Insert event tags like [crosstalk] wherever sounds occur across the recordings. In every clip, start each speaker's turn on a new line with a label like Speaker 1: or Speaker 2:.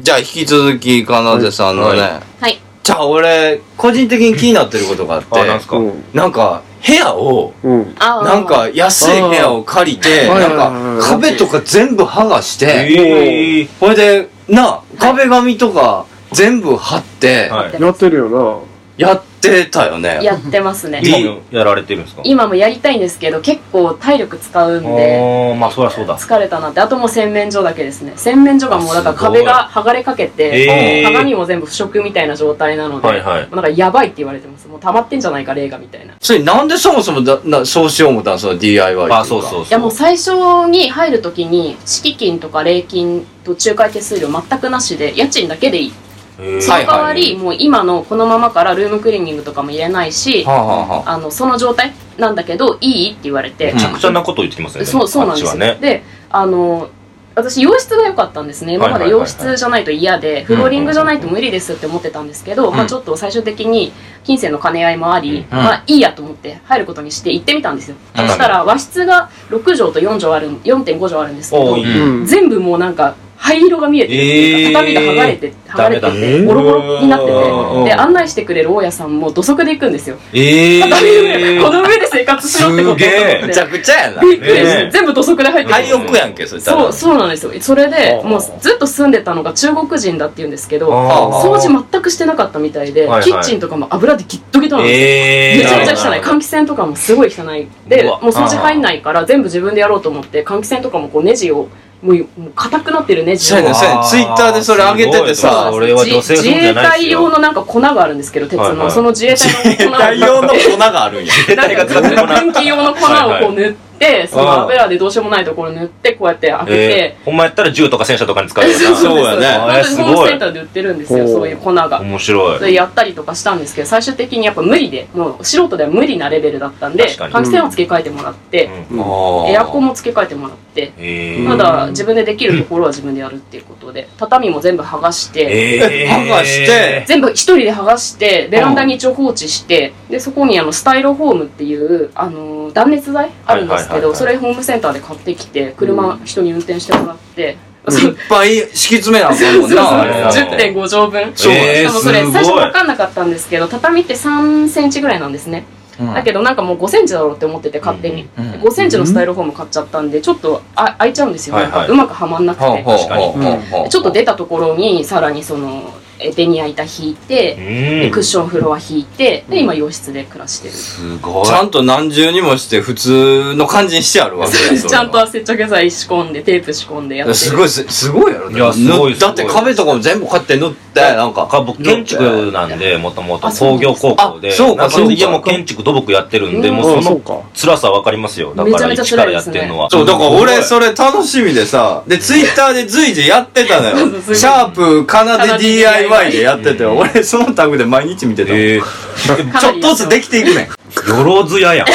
Speaker 1: じゃあ引き続き、かなでさんのね、
Speaker 2: は
Speaker 3: はい。
Speaker 1: じゃあ俺、個人的に気になってることがあって、
Speaker 2: あ、なんすか。
Speaker 4: うん
Speaker 1: なんか、部屋を、
Speaker 4: うん
Speaker 3: あー
Speaker 1: なん、か安い部屋を借りて、な
Speaker 4: あーはいはいはい
Speaker 1: ん
Speaker 4: は
Speaker 1: か
Speaker 4: い
Speaker 1: 壁とか全部剥がして、
Speaker 2: え
Speaker 1: これで、な、壁紙とか全部貼って
Speaker 2: ー、、はい。
Speaker 4: やってるよ
Speaker 1: やってたよね。
Speaker 3: やってますね。
Speaker 2: 今もやられてるんですか
Speaker 3: 今もやりたいんですけど、結構体力使うんで、
Speaker 2: おー、まあそりゃそうだ。
Speaker 3: 疲れたなって。あともう洗面所だけですね。洗面所がもうだから
Speaker 2: すごい
Speaker 3: 壁が剥がれかけ
Speaker 2: え、
Speaker 3: て
Speaker 2: ー
Speaker 3: 鏡も全部腐食みたいな状態なので、
Speaker 2: はいはい
Speaker 3: もうなんかやばいって言われてます。もう溜まってんじゃないか、霊がみたいな。
Speaker 1: それなんでそもそもだなそうしよう思ったんその DIY っていか
Speaker 2: あ、そうそうそう。
Speaker 3: いやもう最初に入るときに、敷金とか礼金と仲介手数料全くなしで、家賃だけでいい。
Speaker 2: へー
Speaker 3: その代わ
Speaker 1: はい
Speaker 3: り、もう今のこのままからルームクリーニングとかも入れないし、
Speaker 1: はあ、はあはあ、
Speaker 3: あのその状態なんだけどいいって言われて
Speaker 2: めちゃくちゃなこと言ってきますね。
Speaker 3: そうそうなんです
Speaker 2: あ
Speaker 3: よ、
Speaker 2: っちはね。
Speaker 3: であの私洋室が良かったんですね今まで
Speaker 2: はいはいはい
Speaker 3: 洋
Speaker 2: はい
Speaker 3: 室じゃないと嫌でフローリングじゃないと無理ですって思ってたんですけど、まあ、ちょっと最終的に金銭の兼ね合いもあり、
Speaker 2: うん
Speaker 3: まあいいやと思って入ることにして行ってみたんですよ、
Speaker 1: うん
Speaker 3: そしたら和室が6畳と4畳あるん4.5畳あるんですけ
Speaker 2: お
Speaker 3: ど
Speaker 2: ー、いい。
Speaker 4: な。うん。
Speaker 3: 全部もうなんか灰色が見えてるっていうか、
Speaker 2: えー
Speaker 3: 畳が剥がれて剥がれて
Speaker 2: ダメ
Speaker 3: て
Speaker 2: だ
Speaker 3: ボロボロになって
Speaker 2: うん
Speaker 3: てで案内してくれる大家さんも土足で行くんですよ
Speaker 2: え
Speaker 3: [laughs]
Speaker 2: ー。
Speaker 3: この上で生活しろってこと
Speaker 2: すげえ
Speaker 1: めちゃくちゃやな。
Speaker 3: びっくりし
Speaker 2: ね
Speaker 3: て
Speaker 2: え
Speaker 3: 全部土足で入って
Speaker 1: 廃
Speaker 3: る
Speaker 1: 屋やんけ、それ多
Speaker 3: そ
Speaker 1: 分
Speaker 3: うそうなんですよそれで
Speaker 2: あー
Speaker 3: もうずっと住んでたのが中国人だって言うんですけど
Speaker 2: あー
Speaker 3: 掃除全くしてなかったみたいで、
Speaker 2: はいはい
Speaker 3: キッチンとかも油でギットギトなんですよ、
Speaker 2: えー。
Speaker 3: めちゃめちゃ汚い換気扇とかもすごい汚いで
Speaker 2: う
Speaker 3: も
Speaker 2: わ
Speaker 3: う掃除入んないから全部自分でやろうと思って換気扇とかもこうネジをもうもう硬くなってるネジ
Speaker 1: そう
Speaker 3: を
Speaker 1: やね、そうやね。ツイッターでそれ上げてて
Speaker 2: あ
Speaker 1: さ
Speaker 2: ー、それは女性
Speaker 3: 自
Speaker 2: そうじゃな
Speaker 3: 衛
Speaker 2: いで
Speaker 3: 隊
Speaker 2: す
Speaker 3: 用
Speaker 2: よ。
Speaker 3: のなんか粉があるんですけど鉄の、
Speaker 2: はいはい
Speaker 3: その自衛隊の粉
Speaker 1: 大量の粉があるん
Speaker 2: [laughs]
Speaker 1: や。
Speaker 3: なんか換気用の粉をこう塗って、その
Speaker 2: ああ
Speaker 3: 油でどうしようもないところ塗って、こうやって開け
Speaker 2: え
Speaker 3: て。
Speaker 2: ー、ほんまやったら銃とか戦車とかに使うよ
Speaker 3: そう
Speaker 2: な。
Speaker 3: そう
Speaker 1: そう
Speaker 3: です
Speaker 1: やね
Speaker 3: 本
Speaker 2: あ
Speaker 3: 当にホーム
Speaker 2: れすごい
Speaker 3: センターで売ってるんですよ、
Speaker 4: ほう
Speaker 3: そういう粉が。
Speaker 2: 面白い。
Speaker 3: それやったりとかしたんですけど、最終的にやっぱ無理で、もう素人では無理なレベルだったんで、
Speaker 2: 確かに
Speaker 3: 換気扇を付け替えてもらって、
Speaker 2: う
Speaker 4: う
Speaker 2: ん
Speaker 4: ん
Speaker 3: エアコンも付け替えてもらって、
Speaker 2: えー
Speaker 3: ただ自分でできるところは自分でやるっていうことで、畳も全部剥がして、
Speaker 2: えー
Speaker 1: 剥がして
Speaker 3: 全部一人で剥がして、ベランダに一応放置して、で、そこにあの、スタイロフォームっていう、あのー、断熱材あるんです
Speaker 2: は
Speaker 3: け
Speaker 2: いはいはい
Speaker 3: ど、
Speaker 2: はい
Speaker 3: それホームセンターで買ってきて、車、人に運転してもらって、
Speaker 1: いっぱい敷き詰めなあかんもんな、あれ
Speaker 2: そうそうそう
Speaker 1: だって
Speaker 3: 10.5畳分。
Speaker 1: そう
Speaker 2: えー
Speaker 3: しかもそれ、
Speaker 2: すごい
Speaker 3: 最初分かんなかったんですけど、畳って3センチぐらいなんですね。
Speaker 1: うん
Speaker 3: だけどなんかもう5センチだろうって思ってて、勝手に。
Speaker 1: うん
Speaker 3: 5センチのスタイロフォーム買っちゃったんで、ちょっとあ開いちゃうんですよ。
Speaker 2: はい
Speaker 3: な
Speaker 2: は
Speaker 3: ん
Speaker 2: い
Speaker 3: かうまくはまんなく
Speaker 1: ほう
Speaker 3: て
Speaker 1: ほう。ほう
Speaker 4: 確かに
Speaker 1: ほうほう
Speaker 3: ちょっと出たところに、さらにその、えベニヤ板引いて、
Speaker 2: う
Speaker 3: で
Speaker 2: ん。
Speaker 3: クッションフロア引いて、で、今洋室で暮らしてる。
Speaker 2: すごい。
Speaker 1: ちゃんと何重にもして普通の感じにしてあるわけ
Speaker 3: [laughs]
Speaker 1: やそれは
Speaker 3: ちゃんと接着剤仕込んで、テープ仕込んでやってる。
Speaker 1: すごいすすごいやろ
Speaker 2: いやすごい
Speaker 1: 塗っだって
Speaker 2: すごい
Speaker 1: 壁とかも全部買って塗ってなんか
Speaker 2: か僕建築なんで、もともと
Speaker 3: あそう
Speaker 2: 工業高校で、
Speaker 1: あそうか
Speaker 2: なん
Speaker 1: そうか
Speaker 2: 家も建築土木やってるんで、
Speaker 3: うん
Speaker 2: もうそ
Speaker 4: そ
Speaker 2: の
Speaker 4: うか。
Speaker 2: 辛さわかりますよ。だ
Speaker 3: め
Speaker 2: か
Speaker 3: ちゃ
Speaker 2: ら
Speaker 3: めちゃ
Speaker 2: 一から
Speaker 3: 辛いで
Speaker 2: やっ
Speaker 3: す
Speaker 2: て
Speaker 3: ね
Speaker 2: るのは。
Speaker 1: そうだから俺
Speaker 2: れ、
Speaker 1: それ楽しみでさでツイッターで随時やってたの
Speaker 3: そうそうそ
Speaker 1: よ
Speaker 3: う
Speaker 1: シャープかなで
Speaker 3: 奏で
Speaker 1: DIY でやってて
Speaker 2: うん
Speaker 1: 俺そのタグで毎日見てた
Speaker 2: え
Speaker 3: か
Speaker 1: ちょ
Speaker 3: な
Speaker 1: っ
Speaker 3: り
Speaker 1: とずつできていくねん
Speaker 2: ー、よろずややん。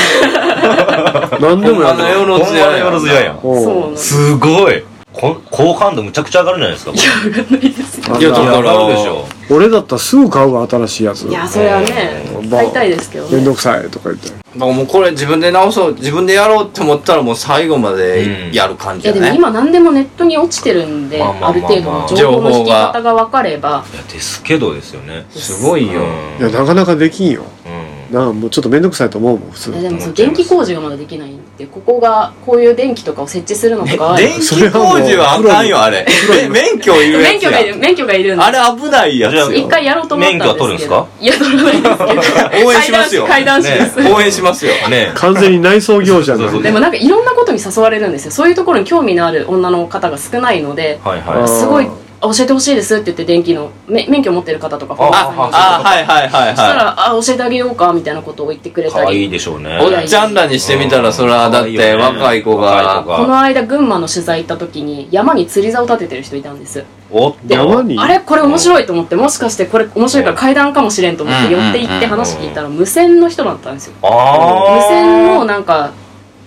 Speaker 4: 何でもや
Speaker 1: あ
Speaker 4: る
Speaker 1: の世の艶や
Speaker 2: よろずややん。
Speaker 4: おう
Speaker 3: そうなんです。
Speaker 2: すごい。こ好感度むちゃくちゃ上がるんじゃないですか。
Speaker 3: いや、わかんないです。
Speaker 4: あんない
Speaker 1: やだから
Speaker 2: 上がるでしょ。
Speaker 4: 俺だったらすぐ買うわ、新しいやつ。
Speaker 3: いや、それはね、買いたいですけど
Speaker 4: めん
Speaker 3: ね。
Speaker 4: どくさいとか言って。
Speaker 1: だからもうこれ自分で直そう自分でやろうって思ったらもう最後ま
Speaker 2: う
Speaker 1: で
Speaker 2: ん
Speaker 1: やる感
Speaker 3: い
Speaker 1: じや
Speaker 3: やでも
Speaker 1: ね、
Speaker 3: 今何でもネットに落ちてるんで、
Speaker 2: まあまあまあまあ
Speaker 3: ある程度の情報の引き方が分かれば、
Speaker 2: いや、ですけどですよね。
Speaker 1: すごいよ、
Speaker 4: いや、なかなかできんよ。
Speaker 2: うん。
Speaker 4: なあ、もうちょっとめんどくさいと思うもん、普通
Speaker 3: い。やでもその電気工事がまだできないんで、ここが、こういう電気とかを設置するのとかは、
Speaker 1: 電気工事はあかんよあれえ免許いるや
Speaker 3: 免
Speaker 1: つ
Speaker 3: 許
Speaker 1: や
Speaker 3: がいる、免許がいるんで
Speaker 1: あ、れ危ないやつよ
Speaker 2: じゃあ
Speaker 3: 一回やろうと思ったんですけど。
Speaker 2: 免許は
Speaker 3: 取るんですかいや、取らないですけど。
Speaker 1: 応援しますよ
Speaker 3: 階段階段式です。
Speaker 1: 応援しますよ
Speaker 2: ね
Speaker 4: 完全に内装業者にな
Speaker 2: そうそう
Speaker 4: る
Speaker 2: そ
Speaker 3: でもなんかいろんなことに誘われるんですよそういうところに興味のある女の方が少ないので
Speaker 2: はい
Speaker 4: あー
Speaker 2: は
Speaker 3: すごい教えてほしいですって言って電気のめ免許持ってる方とか本
Speaker 2: あ
Speaker 3: さんに
Speaker 1: あはいはいはい
Speaker 3: そした
Speaker 1: は
Speaker 3: ら「あ教えてあげようか」みたいなことを言ってく
Speaker 2: い。
Speaker 3: れ
Speaker 2: か
Speaker 3: た
Speaker 2: わいい
Speaker 3: り
Speaker 2: でしょうね。
Speaker 1: いおっちゃんらにしてみたらそれはだって若い子が
Speaker 3: この間群馬の取材行った時に山に釣り竿立ててる人いたんです
Speaker 2: おっと
Speaker 4: 山に
Speaker 3: あれこれ面白いと思ってもしかしてこれ面白いから階段かもしれんと思っ
Speaker 1: うん
Speaker 3: て寄って行って話聞いたら無線の人だったんですよ
Speaker 2: あ
Speaker 3: 無
Speaker 2: あ
Speaker 3: 線のなんか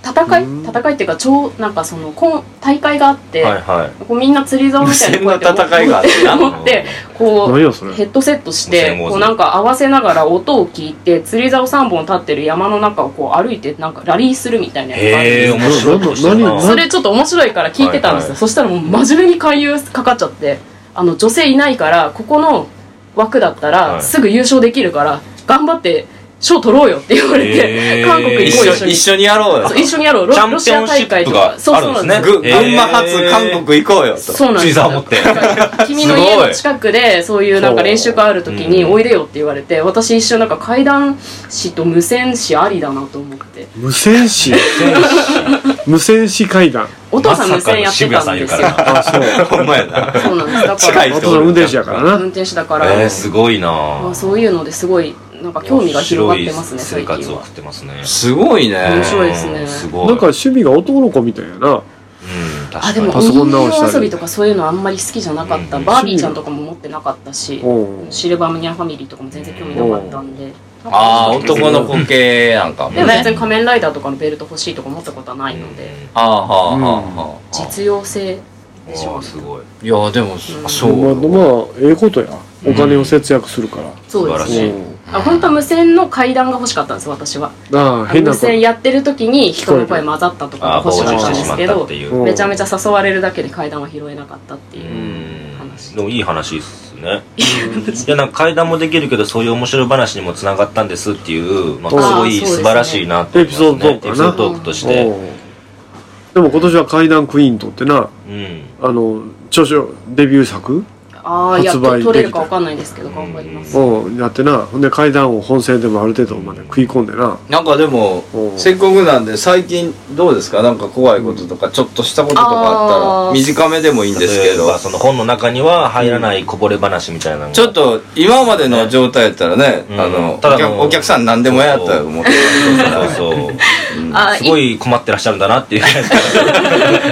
Speaker 3: 戦い
Speaker 4: うん
Speaker 3: 戦いっていうか超なんかそのこん大会があって、
Speaker 2: はいはい
Speaker 3: こうみんな釣り竿みたいなこうやって
Speaker 1: 無線の戦いがあってな
Speaker 3: 持ってこ
Speaker 4: 何
Speaker 3: う
Speaker 4: よ、それ。
Speaker 3: ヘッドセットし
Speaker 2: 無線
Speaker 3: て
Speaker 2: ウォーズ
Speaker 3: こうなんか合わせながら音を聞いて釣り竿3本立ってる山の中をこう歩いてなんかラリーするみたいなやつがあるん
Speaker 2: へ
Speaker 3: で
Speaker 2: え
Speaker 3: す
Speaker 2: 面白いことしてるな
Speaker 4: 何
Speaker 3: それちょっと面白いから聞いてたんですよ、
Speaker 2: はいはい
Speaker 3: そしたらもう真面目に勧誘かかっちゃってあの女性いないからここの枠だった
Speaker 2: は
Speaker 3: ら
Speaker 2: い
Speaker 3: すぐ優勝できるから頑張って賞取ろうよって言われて、
Speaker 2: へー
Speaker 3: 韓国行こう
Speaker 2: 一
Speaker 3: よ
Speaker 2: 緒
Speaker 3: 一緒
Speaker 1: 一
Speaker 3: に
Speaker 1: 緒にやろうよ
Speaker 3: そう一緒にやろうロ
Speaker 2: チャン
Speaker 3: ロ
Speaker 2: ピ
Speaker 3: シ
Speaker 2: オ
Speaker 3: ア
Speaker 2: ンシ
Speaker 3: 大
Speaker 2: ップ
Speaker 3: 会と
Speaker 2: が
Speaker 3: かそう
Speaker 2: ある
Speaker 3: そ
Speaker 2: ん
Speaker 3: う
Speaker 2: で
Speaker 3: な
Speaker 2: す
Speaker 3: ん
Speaker 2: ね
Speaker 3: です
Speaker 2: ぐ
Speaker 1: 群馬発韓国行こうよと
Speaker 3: そうなんです
Speaker 2: シーザー持って
Speaker 3: 君の家
Speaker 2: すご
Speaker 3: の
Speaker 2: い
Speaker 3: 近くでそういうなんか練習会ある時に
Speaker 2: うん
Speaker 3: おいでよって言われて私一瞬なんか階段師と無線師ありだなと思って
Speaker 4: 無線紙無線紙階段
Speaker 3: お父さん無線やってたんですよ、
Speaker 2: まさか
Speaker 4: あそう
Speaker 1: ほんまやな
Speaker 3: そうなんですだか
Speaker 1: 近い
Speaker 3: ら
Speaker 4: お父さん運転手やからな
Speaker 3: 運転手だから、
Speaker 2: えー、すごいなぁ
Speaker 3: まあ、そういうのですごいなんか興味が広がってますね
Speaker 2: 面白い生
Speaker 3: 最近
Speaker 2: 活を
Speaker 3: は
Speaker 2: 送ってますね
Speaker 1: すごいね
Speaker 3: 面白いですね
Speaker 2: うんすごい
Speaker 4: なんか趣味が男の子みたいやな
Speaker 2: うん確か
Speaker 3: あ
Speaker 2: に
Speaker 3: でも
Speaker 4: パソコン直したり
Speaker 3: 人形遊びとかそういうのあんまり好きじゃなかった、
Speaker 2: うん
Speaker 3: バービーちゃんとかも持ってなかったし、
Speaker 4: うん
Speaker 3: シルバームニアファミリーとかも全然興味なかったんで、なんか
Speaker 1: ああ男の子系なんかも
Speaker 3: でも全
Speaker 1: ね
Speaker 3: 然仮面ライダーとかのベルト欲しいとか思ったことはないので、
Speaker 1: ああはあはあはあ
Speaker 3: 実用性
Speaker 2: う
Speaker 3: でし
Speaker 2: ん
Speaker 3: ょ
Speaker 2: あ
Speaker 3: う
Speaker 2: ーすごい
Speaker 1: いやでもそう
Speaker 4: まあまあええことやお金を節約するから、
Speaker 3: そうで
Speaker 2: 素
Speaker 3: す
Speaker 2: 晴らしい
Speaker 3: ね、あ本当は無線の階段が欲しかったんです私は
Speaker 4: うんああ
Speaker 3: あの
Speaker 4: 変な
Speaker 3: 無
Speaker 4: 子
Speaker 3: 線やってる時に人の声混ざったと
Speaker 2: あ
Speaker 3: か
Speaker 2: ー
Speaker 3: が欲
Speaker 2: 傍
Speaker 3: しか
Speaker 2: 受
Speaker 3: っ
Speaker 2: した
Speaker 3: ん
Speaker 2: て
Speaker 3: で
Speaker 2: しますった
Speaker 3: け
Speaker 2: っ
Speaker 3: ど
Speaker 2: ていう
Speaker 4: うん
Speaker 3: めちゃめちゃ誘われるだけで階段は拾えなかったっていうう、
Speaker 2: ん
Speaker 3: 話
Speaker 2: でもいい話ですねいやなんか会談もできるけどそういう面白い話にもつながったんですっていう、まあ、す
Speaker 4: あー
Speaker 2: ご
Speaker 3: そう
Speaker 2: い
Speaker 3: ですね
Speaker 2: 素晴らしいなって思いますね
Speaker 4: エピソードトークかな
Speaker 2: エピソードトークとして
Speaker 4: うんでも今年は怪談クイーンとってな
Speaker 2: うん
Speaker 4: あの著書デビュー作
Speaker 3: ああいや
Speaker 4: 発売で
Speaker 3: と
Speaker 4: きた
Speaker 3: 取れるかわかんないですけど頑張ります、
Speaker 4: をやってなほんで怪談を本戦でもある程度まで食い込んでな
Speaker 1: なんかでも
Speaker 4: うん
Speaker 1: せっかくなんで最近どうですかなんか怖いこととかちょっとしたこととかあった
Speaker 3: あ
Speaker 1: ら
Speaker 3: ー
Speaker 1: 短めでもいいんですけ
Speaker 2: 例え
Speaker 1: ど
Speaker 2: ばその本の中には入らないこぼれ話みたいなのが
Speaker 1: ちょっと今までの状態やったらね、
Speaker 2: うん
Speaker 1: あの
Speaker 2: ただ
Speaker 1: お客
Speaker 2: もう
Speaker 1: お客さん何でもやったら思って
Speaker 2: そうそう
Speaker 3: [laughs] あ
Speaker 2: すごい困ってらっしゃるんだなっていう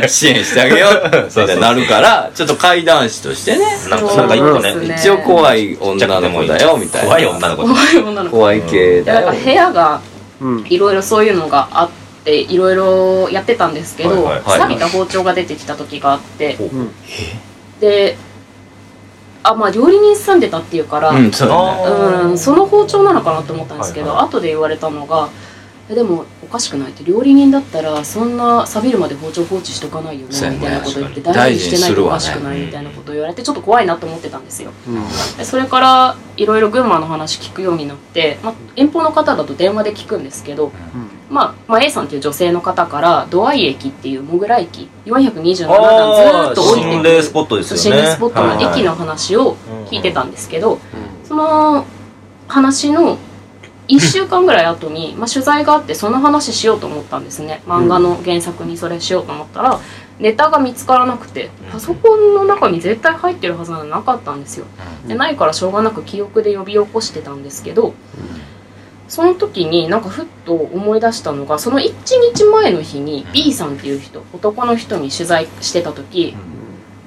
Speaker 1: 支援してあげようっ
Speaker 2: そうそ
Speaker 1: て
Speaker 2: う
Speaker 1: なるからちょっと怪談師としてね
Speaker 2: なんかそれが一個
Speaker 3: そうです
Speaker 2: ね
Speaker 3: ね
Speaker 1: 一応怖い女の子だよみたいな
Speaker 2: 怖い女の子
Speaker 3: 怖い女の子い
Speaker 1: 怖い系
Speaker 3: や
Speaker 1: だ
Speaker 3: だから
Speaker 1: よ
Speaker 3: 部屋が
Speaker 4: うん
Speaker 3: いろいろそういうのがあっていろいろやってたんですけど、
Speaker 2: はいはい
Speaker 1: はい
Speaker 3: 錆びた包丁が出てきた時があって
Speaker 4: うん
Speaker 3: であまあ料理人住んでたっていうから、
Speaker 1: うんそうだね
Speaker 3: うんその包丁なのかなと思ったんですけど、
Speaker 2: はいは
Speaker 3: 後で言われたのがえでもおかしくないって料理人だったらそんな錆びるまで包丁放置しとかないよねみ
Speaker 1: そうやね
Speaker 3: たいなこと言って
Speaker 1: 確かに
Speaker 3: 大事にしてないとおかしく
Speaker 2: 大事
Speaker 3: な
Speaker 2: にするわ
Speaker 3: い
Speaker 2: ね
Speaker 3: みたいなこと言われてちょっと怖いなと思ってたんですよ
Speaker 4: うん
Speaker 3: でそれからいろいろ群馬の話聞くようになって、まあ、遠方の方だと電話で聞くんですけど、まあ、まあ A さんっていう女性の方からドアイ駅っていうモグラ駅427段ずーっと降りて
Speaker 2: 心
Speaker 3: く
Speaker 2: 霊スポットですよ
Speaker 3: 心
Speaker 2: ね
Speaker 3: 霊スポットの駅の話を聞いてたんですけど、その話の1週間ぐらい後に、まあ、取材があってその話しようと思ったんですね漫画の原作にそれしようと思ったらネタが見つからなくて
Speaker 2: うん
Speaker 3: パソコンの中に絶対入ってるはずなのなかったんですよ
Speaker 4: うん
Speaker 3: でないからしょうがなく記憶で呼び起こしてたんですけどその時になんかふっと思い出したのがその1日前の日に B さんっていう人男の人に取材してた時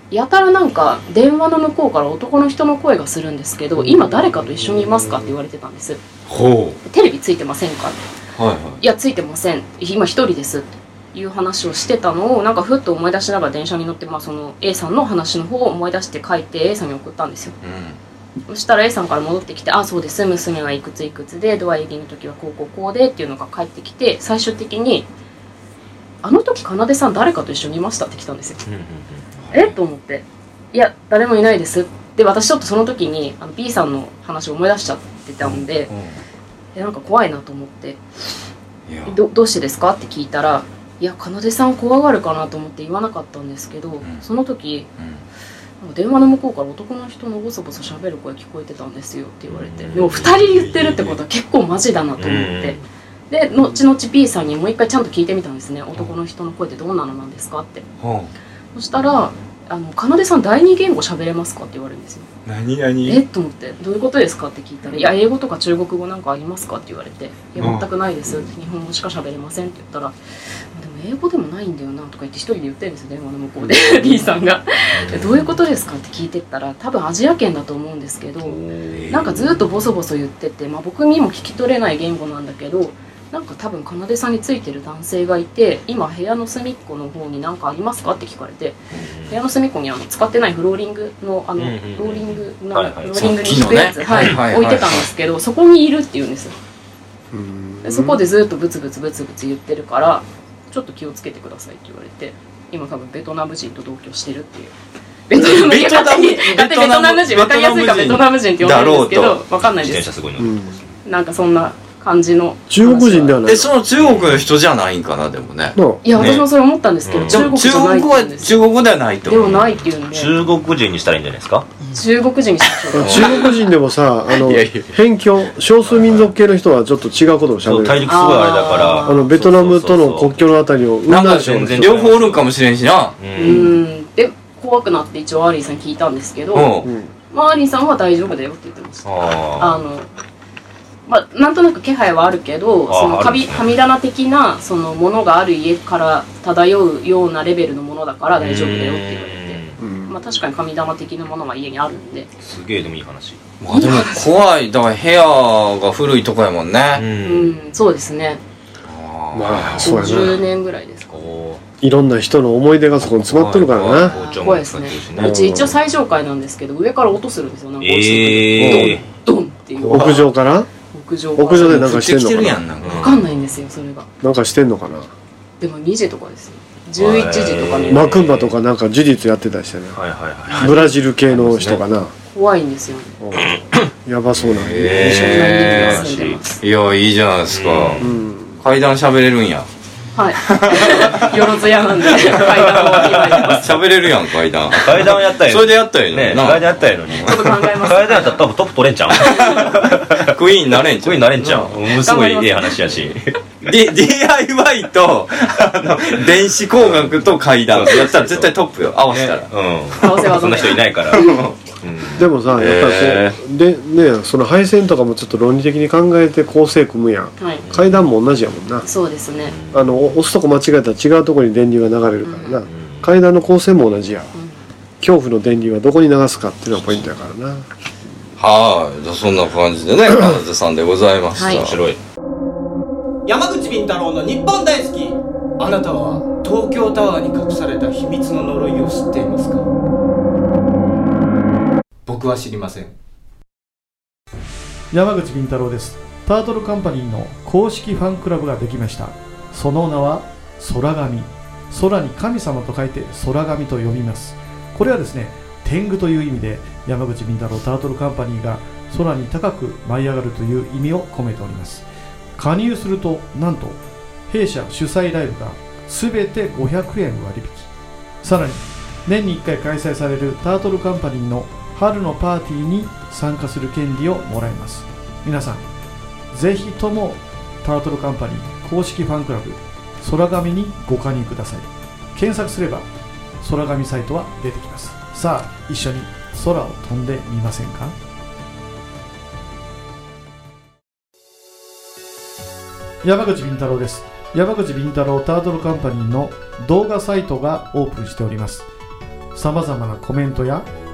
Speaker 3: やたらなんか電話の向こうから男の人の声がするんですけど今誰かと一緒にいますかって言われてたんです
Speaker 1: ほ
Speaker 3: テレビついてませんかって
Speaker 1: うはいはい
Speaker 3: やついてません今一人ですっていう話をしてたのをなんかふっと思い出しながら電車に乗って、まあ、その A さんの話の方を思い出して書いて A さんに送ったんですよ
Speaker 1: い、うん
Speaker 3: そしたら A さんから戻ってきて「あそうです娘はいくついくつでドア入りの時はこうこうこうで」っていうのが返ってきて最終的に「あの時かなでさん誰かと一緒にいました」って来たんですよ
Speaker 2: うんうん
Speaker 3: えと思って「いや誰もいないです」で私ちょっとその時にあの B さんの話を思い出しちゃってたんで、えなんか怖いなと思って
Speaker 1: いや
Speaker 3: 「どどうしてですか?」って聞いたら「いやかなでさん怖がるかなと思って言わなかったんですけど、
Speaker 1: ん
Speaker 3: その時
Speaker 1: うん
Speaker 3: なんか電話の向こうから男の人のボソボソ喋る声聞こえてたんですよって言われて
Speaker 2: うん
Speaker 3: でも2人言ってるってことは結構マジだなと思ってで後々 B さんにもう一回ちゃんと聞いてみたんですね男の人の声ってどんなのなんですかって
Speaker 1: ほ
Speaker 3: そしたら「あの奏さん第二言語喋れますか?」って言われるんですよ
Speaker 1: う何何
Speaker 3: えっと思って「どういうことですか?」って聞いたら「いや英語とか中国語なんかありますか?」って言われて「いや
Speaker 1: うん
Speaker 3: 全くないです日本語しか喋れません」って言ったら「でも英語でもないんだよな」とか言って一人で言ってるんですよ電話の向こうで [laughs] B さんがで「どういうことですか?」って聞いてったら多分アジア圏だと思うんですけどなんかずっとボソボソ言ってて、まあ、僕にも聞き取れない言語なんだけどなんか多分奏さんについてる男性がいて今部屋の隅っこの方に何かありますかって聞かれて部屋の隅っこにあの使ってないフローリングのあの
Speaker 2: う
Speaker 3: ロ
Speaker 2: んうんうん
Speaker 3: ーリングな
Speaker 2: は
Speaker 3: ロ
Speaker 2: いはい
Speaker 3: ーリングに敷くやつ、
Speaker 1: さっきのね
Speaker 3: はい
Speaker 1: はいはいはい
Speaker 3: 置いてたんですけどそこにいるって言うんですよ
Speaker 4: うん
Speaker 3: でそこでずっとブツブツブツブツ言ってるからちょっと気をつけてくださいって言われて今多分ベトナム人と同居してるっていうベトナム
Speaker 1: ベ
Speaker 3: 人
Speaker 1: トナム
Speaker 3: 勝手に勝手にベトナム人
Speaker 1: ベトナム
Speaker 3: わかりやすいから
Speaker 1: ベ
Speaker 3: ベ
Speaker 1: ト
Speaker 3: ト
Speaker 1: ナ
Speaker 3: ナム人って呼んでるんですけ
Speaker 1: だろう
Speaker 3: どわかんない
Speaker 2: 自
Speaker 3: で
Speaker 2: 転車
Speaker 3: す
Speaker 2: すごいの、
Speaker 4: うん、
Speaker 3: なんかそんな感じの
Speaker 4: 中国人ではない
Speaker 1: えその中国の人じゃないんかなでもね
Speaker 4: なあ
Speaker 3: いや
Speaker 1: ね
Speaker 3: 私もそれ思ったんですけど、
Speaker 2: うん
Speaker 1: で
Speaker 3: 中
Speaker 1: も
Speaker 3: 国じ
Speaker 1: 中
Speaker 3: ゃない
Speaker 1: 国
Speaker 3: って
Speaker 1: 語
Speaker 3: 言
Speaker 1: は
Speaker 3: うんです
Speaker 1: 中国語ではないと
Speaker 3: で
Speaker 1: 思
Speaker 3: も
Speaker 1: う
Speaker 3: ないっていうんで
Speaker 2: 中国人にしたらいいんじゃないですか
Speaker 3: 中国人にしましょうか
Speaker 4: 中国人でもさあの
Speaker 1: いやいや
Speaker 4: 偏見少数民族系の人はちょっと違うことをしゃ
Speaker 2: そう
Speaker 4: べ
Speaker 2: 大
Speaker 4: る
Speaker 2: 陸すごいあれだから
Speaker 3: あ
Speaker 4: あのベトナムとの国境のあたりを雲
Speaker 1: なんか
Speaker 4: 南省の人
Speaker 2: 全然
Speaker 1: 両方おるんかもしれんしな
Speaker 2: う
Speaker 3: うんんで怖くなって一応アーリーさん聞いたんですけど、
Speaker 1: うん
Speaker 4: うん
Speaker 3: まあ、アーリーさんは大丈夫だよって言ってましたあ
Speaker 2: あ
Speaker 3: の、まあ、なんとなく気配はあるけど
Speaker 2: あ
Speaker 3: その
Speaker 2: あるん
Speaker 3: 神
Speaker 2: ですね
Speaker 3: 神棚的なそのものがある家から漂うようなレベルのものだから
Speaker 2: あ
Speaker 3: 大丈夫だよって言われて、
Speaker 4: うん
Speaker 3: まあ、確かに神棚的なものは家にあるんです
Speaker 2: げえでもいい話
Speaker 1: まあでも怖いだから部屋が古いとこやもん
Speaker 2: う
Speaker 1: ね、
Speaker 3: うんんそうですね
Speaker 1: あ
Speaker 4: まあそうや
Speaker 3: 50
Speaker 4: な
Speaker 3: 年ぐらいですか
Speaker 2: こ
Speaker 4: いろんな人の思い出がそこに詰まっとるからな
Speaker 2: 包丁も使ってるし
Speaker 4: う
Speaker 2: ね
Speaker 3: うんち一応最上階なんですけど上から音するんですよなんか落ちて
Speaker 2: ええー
Speaker 3: ドンっていう
Speaker 4: 屋上から
Speaker 3: 屋上
Speaker 4: 屋上
Speaker 1: ー
Speaker 4: でなんかしてんの
Speaker 1: 降ってきて
Speaker 4: かな
Speaker 1: るやんなんか
Speaker 3: わかんないんですよそれが
Speaker 4: なんかしてんのかな
Speaker 3: でも2時とかですよ11時とか
Speaker 2: え
Speaker 3: に
Speaker 2: ー
Speaker 4: マクンバとかなんか呪術やってたりしてね
Speaker 2: はいはいはい
Speaker 4: ブラジル系の人かな、
Speaker 3: 怖いんですよね
Speaker 4: うんやばそうなんで、
Speaker 3: 一緒に
Speaker 1: へー
Speaker 3: 住んでます
Speaker 1: いやいいじゃないですか、
Speaker 2: う
Speaker 4: うん
Speaker 1: 階段喋れるんや
Speaker 3: はい。 [laughs] よろずやなんで、階段を今やります。
Speaker 1: 喋れるやん階段
Speaker 2: 階段やったやん
Speaker 1: それでやったらいいの
Speaker 2: ね
Speaker 1: にな
Speaker 2: 階段やったやのに
Speaker 3: ちょっと考えます。
Speaker 2: 階段やったら多分トップ取れんちゃう [laughs]
Speaker 1: クイーンなれんちゃ
Speaker 2: こういううのなれんちゃううんすごいええ話やし
Speaker 1: D- DIY とあの電子工学と階段やったら絶対トップよ合わせたら、
Speaker 3: 合わせ
Speaker 2: うん
Speaker 3: 技ね
Speaker 2: そんな人いないからうん
Speaker 4: でもさやっぱりそう、
Speaker 1: へ
Speaker 4: でねその配線とかもちょっと論理的に考えて構成組むやん
Speaker 3: はい。
Speaker 4: 階段も同じやもんな
Speaker 3: そうですね。
Speaker 4: あのお押すとこ間違えたら違うとこに電流が流れるからな、
Speaker 3: うん
Speaker 2: うん
Speaker 4: 階段の構成も同じや
Speaker 3: うん
Speaker 4: 恐怖の電流はどこに流すかっていうのがポイントやからな
Speaker 1: はいじゃあそんな感じで [clears throat] ね金瀬さんでございました、
Speaker 3: はい
Speaker 2: 面白い
Speaker 5: 山口敏太郎の日本大好きあなたは東京タワーに隠された秘密の呪いを知っていますか僕は知りません
Speaker 6: 山口敏太郎ですタートルカンパニーの公式ファンクラブができましたその名は空神空に神様と書いて空神と呼びますこれはですね天狗という意味で山口敏太郎タートルカンパニーが空に高く舞い上がるという意味を込めております加入するとなんと弊社主催ライブが全て500円割引さらに年に1回開催されるタートルカンパニーの春のパーティーに参加する権利をもらいます皆さんぜひともタートルカンパニー公式ファンクラブ空紙にご加入ください検索すれば空紙サイトは出てきますさあ一緒に空を飛んでみませんか山口敏太郎です山口敏太郎タートルカンパニーの動画サイトがオープンしておりますさまざまなコメントや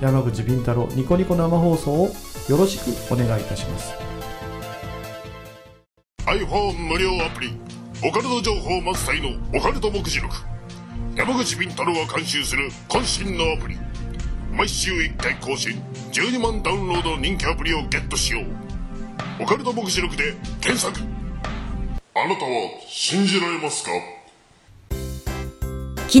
Speaker 6: 山口敏太郎ニコニコ生放送をよろしくお願いいたします
Speaker 7: iPhone 無料アプリオカルト情報満載のオカルト目次録山口敏太郎が監修する渾身のアプリ毎週1回更新12万ダウンロードの人気アプリをゲットしようオカルト目次録で検索あなたは信じられますか
Speaker 8: 気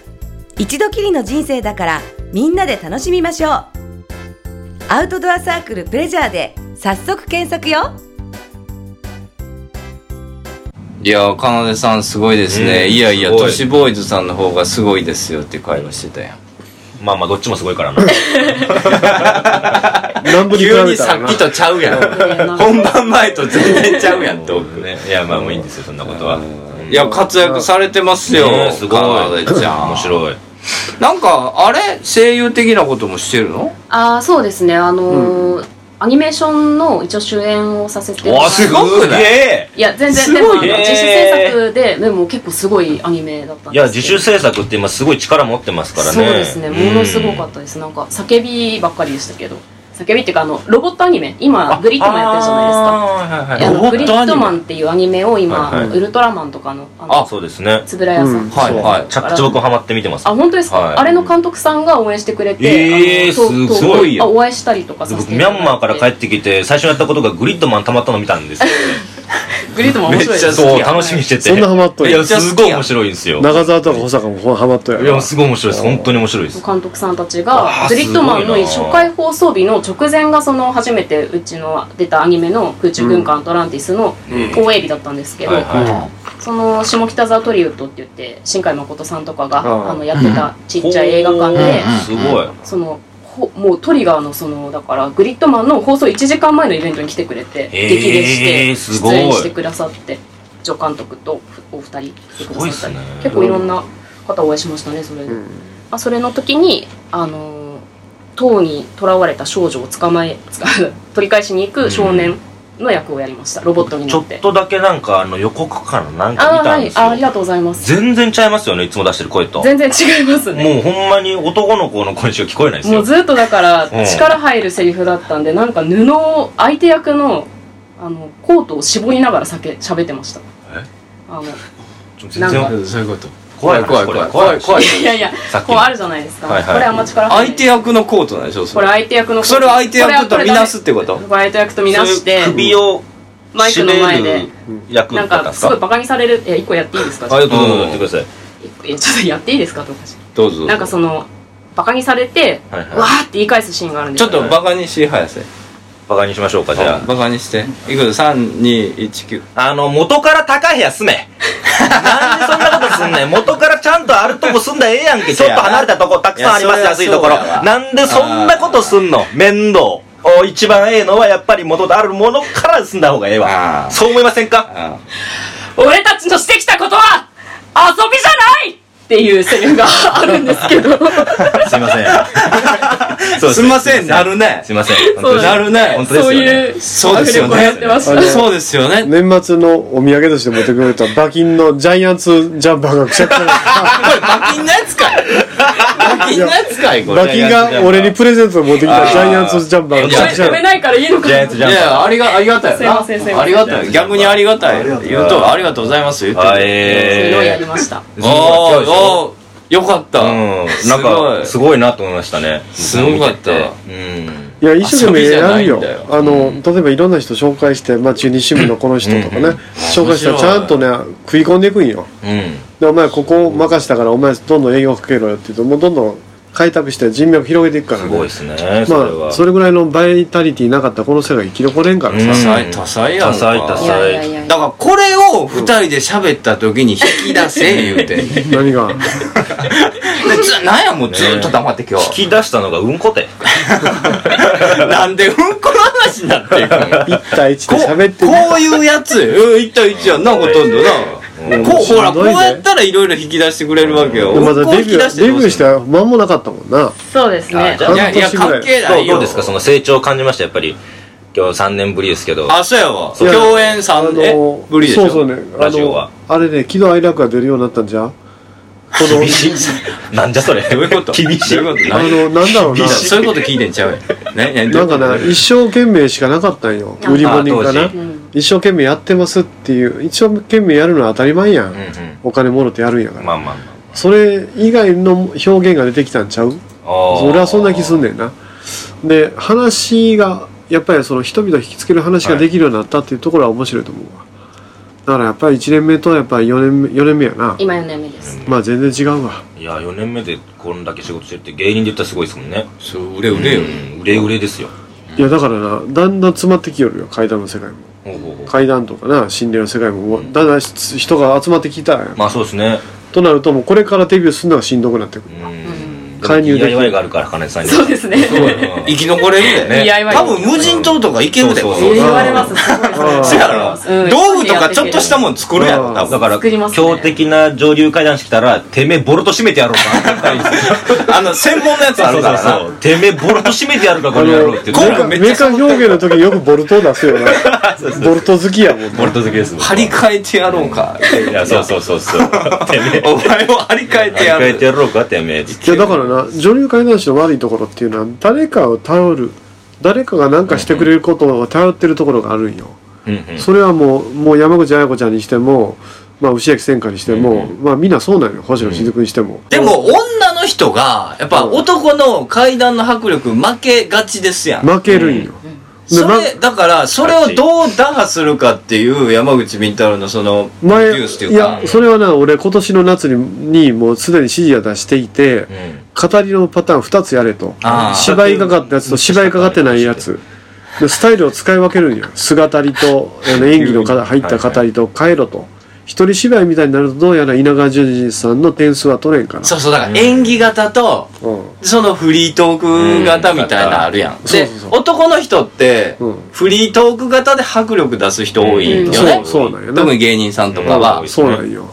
Speaker 8: 一度きりの人生だからみんなで楽しみましょうアウトドアサークルプレジャーで早速検索よ
Speaker 1: いや金瀬さんすごいですね、
Speaker 2: うん
Speaker 1: いやいや
Speaker 2: すごい
Speaker 1: 都市ボーイズさんの方がすごいですよっていう会話してたやん
Speaker 2: まあまあどっちもすごいからな
Speaker 4: 南部に比
Speaker 1: 急
Speaker 4: べ
Speaker 1: に
Speaker 4: た
Speaker 1: さ
Speaker 4: ら
Speaker 1: っ
Speaker 4: な
Speaker 1: きとちゃうやん
Speaker 3: うん
Speaker 1: [laughs] 本番前と全然ちゃうやんと
Speaker 2: ねいやまあもういいんですよそんなことは、
Speaker 1: いや活躍されてますよ、
Speaker 2: ねすごい
Speaker 1: かなでちゃん
Speaker 2: 面白い
Speaker 1: なんかあれ声優的なこともしてるの
Speaker 3: あーそうですねあのーアニメーションの一応主演をさせてもら
Speaker 1: わ
Speaker 3: っ
Speaker 1: すごくね
Speaker 3: いや全
Speaker 1: す
Speaker 3: 然
Speaker 1: ごい
Speaker 3: でもあの
Speaker 1: ね
Speaker 3: 自主制作ででも結構すごいアニメだったんですけど
Speaker 2: いや自主制作って今すごい力持ってますからね
Speaker 3: そうですねものすごか
Speaker 2: っ
Speaker 3: ったです、なんか叫びばっかりでしたけど叫びっていうかあのロボットアニメ今グリッドマンやってるじゃないですか
Speaker 2: ない
Speaker 3: いやあの
Speaker 1: ロボ
Speaker 3: グリ
Speaker 1: ットアニメ
Speaker 3: ッドマンっていうアニメを今、
Speaker 2: はい
Speaker 4: はい
Speaker 3: ウルトラマンとかのあの
Speaker 2: あそうですね
Speaker 3: 円谷さん、
Speaker 4: うん
Speaker 1: はいはい
Speaker 2: ちゃっち僕ハマって見てます
Speaker 3: あ本当ですか、
Speaker 2: はい
Speaker 3: あれの監督さんが応援してくれて、
Speaker 2: えー
Speaker 3: あのと
Speaker 2: すごい
Speaker 3: とあお会いしたりとかさせ
Speaker 2: 僕
Speaker 3: て
Speaker 2: ミャンマーから帰
Speaker 3: って
Speaker 2: ってきて最初にやったことがグリッドマンたまったの見たんですよ
Speaker 3: グリッドマン面白いです
Speaker 2: そう楽しみにしてて
Speaker 4: そんなハマっと
Speaker 2: い
Speaker 4: る
Speaker 2: やすごい面白いんですよ
Speaker 4: 長澤とか保坂もほハマっとる
Speaker 2: い
Speaker 4: やろ
Speaker 2: やすごい面白いです本当に面白いです
Speaker 3: 監督さんたち
Speaker 2: わ
Speaker 3: が
Speaker 2: あ
Speaker 3: グリッドマン
Speaker 2: すご
Speaker 3: の
Speaker 2: いな
Speaker 3: 初回放送日の直前がその初めてうちの出たアニメの「空中軍艦アトランティス」の放映日だったんですけど、
Speaker 2: はいは
Speaker 3: その下北沢トリウッドって言って新海誠さんとかが
Speaker 4: ああ
Speaker 3: あのやってたちっちゃい映画館
Speaker 2: ほ
Speaker 3: で
Speaker 2: ーすごい
Speaker 3: そのほもうトリガーのそのだからグリッドマンの放送1時間前のイベントに来てくれて
Speaker 2: へえ
Speaker 3: 激励して
Speaker 2: すご
Speaker 3: 出
Speaker 2: い
Speaker 3: 演してくださって助監督とお二人来てく
Speaker 2: す
Speaker 3: ださったり
Speaker 2: ごいっすね
Speaker 3: 結構いろんな方お会いしましたねそれで、
Speaker 4: ん
Speaker 3: まあ、それの時にあのー塔に囚われた少女を捕まえ [laughs] 捕取り返しに行く少年の役をやりましたロボットに
Speaker 2: ち
Speaker 3: な
Speaker 2: ょ
Speaker 3: っ
Speaker 2: ってとだけなんかあの予告かななんか
Speaker 3: あ
Speaker 2: 見
Speaker 3: あ
Speaker 2: た
Speaker 3: は
Speaker 2: んで
Speaker 3: い
Speaker 2: す
Speaker 3: ああり
Speaker 2: よ
Speaker 3: がとうございます
Speaker 2: 全然ちゃいますよねいつも出してる声と
Speaker 3: 全然違いますね
Speaker 2: もうほんまに男の子の声しか聞こえないです
Speaker 3: も
Speaker 2: よ
Speaker 3: うずっとだから
Speaker 2: うん
Speaker 3: 力入るセリフだったんでなんか布を相手役のあのコートを絞りながらさけ喋ってました
Speaker 2: え
Speaker 3: あの
Speaker 2: ちょ全然
Speaker 3: なん
Speaker 1: そういうこと
Speaker 2: 怖い
Speaker 1: 怖い怖い怖い怖い
Speaker 3: いやいや
Speaker 2: さっき
Speaker 3: こうあるじゃないですか、
Speaker 2: はいはい
Speaker 3: これあんま力入
Speaker 1: 相手役のコートなんでしょそ
Speaker 3: これ
Speaker 1: れ
Speaker 3: 相手役のコート
Speaker 1: それを相手役とみなすっ
Speaker 3: こ
Speaker 1: てこと
Speaker 3: れは相手役とみなし
Speaker 2: そう
Speaker 3: て
Speaker 2: いう首を
Speaker 3: マイクの前で
Speaker 2: 絞れる役
Speaker 3: なん
Speaker 2: だったん
Speaker 3: か
Speaker 2: です
Speaker 3: すごい
Speaker 2: か
Speaker 3: バカにされるいや一個やっていいですか
Speaker 1: はい
Speaker 2: どうぞどうぞ言ってください
Speaker 3: いやちょっとやっていいですかとかし
Speaker 1: どうぞ
Speaker 3: なんかそのバカにされて、
Speaker 2: はいはい
Speaker 3: わーって言い返すシーンがあるんで
Speaker 1: ち
Speaker 3: す
Speaker 1: ょっ
Speaker 3: よ
Speaker 1: とバカにし早瀬
Speaker 2: バカにしましょうかじ
Speaker 1: じ
Speaker 2: ゃ
Speaker 1: ゃあバカにしていくぞ3219
Speaker 2: ああの元から高い部屋住めなんでそんなことすんねん元からちゃんとあるとこ住んだらええやんけちょっと離れたとこたくさんあります
Speaker 1: いや
Speaker 2: 安いとこ
Speaker 1: そ
Speaker 2: ろ
Speaker 1: りゃそうやわ
Speaker 2: なんでそんなことすんの面倒お一番ええのはやっぱり元であるものから住んだ方がええ
Speaker 1: あ
Speaker 2: わ
Speaker 1: ー
Speaker 2: そう思いませんか
Speaker 1: あ
Speaker 3: 俺たちのしてきたことは遊びじゃないっていうセ
Speaker 1: [laughs]
Speaker 3: リフがあるんですけど
Speaker 2: すいま [laughs] せんそうです
Speaker 1: すんませんなるね
Speaker 2: すいません
Speaker 3: そう
Speaker 1: なるね
Speaker 2: 本当です
Speaker 3: そう
Speaker 2: よね
Speaker 3: いう
Speaker 1: そうですよね
Speaker 3: アフレコやってました
Speaker 1: そうですよね
Speaker 4: 年末のお土産として持ってくれた馬金のジャイアンツジャンパーがくしゃくしゃ
Speaker 1: これ馬金のやつかい馬金のやつかいこれ
Speaker 4: 馬金が俺にプレゼントを持ってきたジャイアンツジャンパーがくしゃくしゃ
Speaker 3: 止めないからいいのか
Speaker 2: ジャイアン
Speaker 3: な
Speaker 2: ツ
Speaker 1: い
Speaker 2: ジャン
Speaker 1: やありがありがたいよな
Speaker 3: すいませんすいません
Speaker 1: ありがたいよ逆にありがたいよ言うとありがとうございます言って
Speaker 2: パー
Speaker 1: る
Speaker 3: そういうのをや
Speaker 2: え
Speaker 3: りました
Speaker 2: ー
Speaker 1: おーおーよかった
Speaker 2: うん、なんかすごいなと思いましたね
Speaker 1: すごかった
Speaker 2: うん
Speaker 4: いや一生懸命
Speaker 1: 遊びじゃ
Speaker 4: やるよ
Speaker 1: ないんだよ
Speaker 4: あの、例えばいろんな人紹介して、まあ、中日新聞のこの人とかね紹介したらちゃんとね食い込んでいくんよ
Speaker 2: うん
Speaker 4: でお前ここ任したからお前どんどん営業かけろよって言うともうどんどん開拓して人脈広げていくから
Speaker 2: すごい
Speaker 4: ね
Speaker 2: ですねそれ
Speaker 4: まあ
Speaker 2: は
Speaker 4: それぐらいのバイタリティなかったらこの世が生き残れんから
Speaker 1: 多
Speaker 4: さ、
Speaker 1: 彩多彩やんか
Speaker 2: 多彩多
Speaker 3: い
Speaker 2: 彩
Speaker 3: やいやいやい
Speaker 1: だ
Speaker 3: や
Speaker 1: からこれを二人で喋った時に引き出せ言うてで
Speaker 4: 何
Speaker 2: [laughs]
Speaker 4: が
Speaker 1: ずなんやもうずっと黙って今
Speaker 2: 引
Speaker 1: 日
Speaker 2: き出したのがうんこて
Speaker 1: [laughs] なんでうんこの話になっていくの
Speaker 4: 一対一で
Speaker 1: こ
Speaker 4: 喋って
Speaker 1: こういうやつうん一対一やんなほとんどな
Speaker 2: うん
Speaker 1: こうほら
Speaker 4: し
Speaker 1: こ
Speaker 4: んど
Speaker 1: う
Speaker 4: いね
Speaker 1: やったらいろいろ引き出してくれるわけよ
Speaker 4: でまだ
Speaker 1: こう
Speaker 4: デ
Speaker 1: 引
Speaker 4: ビ
Speaker 1: き
Speaker 4: ュ
Speaker 1: 出
Speaker 4: ー
Speaker 1: して
Speaker 4: デ
Speaker 1: ど
Speaker 4: ビ
Speaker 1: う
Speaker 4: ューし
Speaker 1: する
Speaker 4: た間もなかったもんな
Speaker 3: そうです
Speaker 1: あ
Speaker 3: ね
Speaker 1: じゃあいやいや
Speaker 4: 半年ぐ
Speaker 1: 関
Speaker 4: らい
Speaker 1: 係な
Speaker 2: どう
Speaker 1: いよ
Speaker 2: どうですかその成長を感じましたやっぱり今日3年ぶりですけど
Speaker 1: あそうやわ
Speaker 4: いや
Speaker 1: 共演
Speaker 4: あ
Speaker 1: 3
Speaker 4: の
Speaker 1: 年ぶりでしょ
Speaker 4: そうそうねあ
Speaker 2: ラジオは
Speaker 4: のあれね喜怒哀楽が出るようになったんじゃんこ
Speaker 2: 厳しい [laughs] なんじゃそれ
Speaker 1: どういうこと
Speaker 2: 厳しい
Speaker 1: どういうこと
Speaker 4: のあのなんだろう
Speaker 1: いや
Speaker 4: な
Speaker 1: そういうこと聞いてんちゃうやんねね
Speaker 4: なんかな一生懸命しかなかったんよ売り物人か
Speaker 2: あ
Speaker 4: な
Speaker 2: 当
Speaker 3: うん
Speaker 4: 一生懸命やってますっていう一生懸命やるのは当たり前やん、
Speaker 2: うんう
Speaker 4: お金もろってやるんやから、
Speaker 2: んまあまあま
Speaker 4: それ以外の表現が出てきたんちゃう
Speaker 2: ああー
Speaker 4: 俺はそんな気すんねんなで話がやっぱりその人々を引きつける話ができるようになったっていうところは面白いと思うわだからやっぱり1年目とやっぱり4年目4年目やな
Speaker 3: 今4年目です
Speaker 4: まあ全然違うわ
Speaker 2: いや4年目でこんだけ仕事してるって芸人で言ったらすごいですもんね
Speaker 1: そう売れ売れよ
Speaker 2: うん売れ売れですよ
Speaker 4: いやだからなだんだん詰まってきよるよ階段の世界も
Speaker 2: ほうほうほう
Speaker 4: 階段とかな心霊の世界ももうだんだん人が集まってきたんや
Speaker 2: まあそうですね
Speaker 4: となるともうこれからデビューするのがしんどくなってくる
Speaker 2: うん
Speaker 4: 介入できる
Speaker 2: DIY があるから金井さんに
Speaker 3: そうですね。
Speaker 2: うん
Speaker 1: 生き残れるんだよね
Speaker 3: DIY
Speaker 2: 多分無人島とか行けるで
Speaker 1: そうそう
Speaker 3: えー言われます。すごい
Speaker 4: うん
Speaker 1: そやろ
Speaker 3: うん
Speaker 1: 道具とかちょっとしたもん作るやろ多
Speaker 2: だ
Speaker 1: 分
Speaker 2: から、
Speaker 3: 作りますね
Speaker 2: 強敵な上流階段してきたら、てめえボルト締めてやろうか。
Speaker 1: あの専門のやつあ
Speaker 2: そう
Speaker 1: るか
Speaker 2: そう
Speaker 1: ら
Speaker 2: そ
Speaker 1: な
Speaker 2: う。てめえボルト締めてやるか、こ
Speaker 4: あ
Speaker 2: の野
Speaker 4: の
Speaker 2: 郎って
Speaker 4: メ
Speaker 2: 言っ
Speaker 1: 効
Speaker 2: て。
Speaker 4: ー
Speaker 1: 果
Speaker 4: カ
Speaker 1: め
Speaker 4: ー
Speaker 1: っち
Speaker 4: メ
Speaker 1: ゃ
Speaker 4: ーカー表現の時よくボルトを出すよな
Speaker 2: [laughs]
Speaker 4: ボルト好きやもん
Speaker 2: ボ
Speaker 4: な
Speaker 2: ルト好きですもん。
Speaker 1: 張り替えてやろうか
Speaker 2: いや、そうそうそうそう。てめえ。
Speaker 1: [laughs] お前を張り替えてや
Speaker 2: 張り替え
Speaker 1: る
Speaker 2: てやろうか、てめえ。
Speaker 4: いやだからな女流怪談師の悪いところっていうのは誰かを頼る誰かが何かしてくれることを頼ってるところがあるんよ、
Speaker 2: うんうん
Speaker 4: それはもうもう山口彩子ちゃんにしても、まあ、牛焼千佳にしても、まあみんなそうなんよ星野雫にしても、
Speaker 1: でも女の人がやっぱ男の階段の迫力負けがちですやん
Speaker 4: 負けるんよ、で
Speaker 1: そ
Speaker 4: ま
Speaker 1: れだからそれをどう打破するかっていう山口み太郎のそのプロデュ
Speaker 4: 前
Speaker 1: ースって
Speaker 4: い
Speaker 1: いうか
Speaker 4: やそれはな俺今年の夏ににもうすでに指示は出していて、
Speaker 2: うん
Speaker 4: 語りのパターン2つやれと
Speaker 1: あー
Speaker 4: 芝居かかったやつと芝居かかってないやつでスタイルを使い分けるんや姿りとあの演技のか入った語りと変えろと一人芝居みたいになるとどうやら稲川淳二さんの点数は取れんかな
Speaker 1: そうそうだから演技型と
Speaker 4: うん
Speaker 1: そのフリートーク型みたいなのあるやん、
Speaker 4: ん
Speaker 1: で
Speaker 4: そうそう
Speaker 1: 男の人って
Speaker 4: うん
Speaker 1: フリートーク型で迫力出す人多いよ
Speaker 4: そ
Speaker 1: ね
Speaker 4: う、そうなんやな
Speaker 1: 特に芸人さんとかは、
Speaker 2: うん
Speaker 4: そうなんよ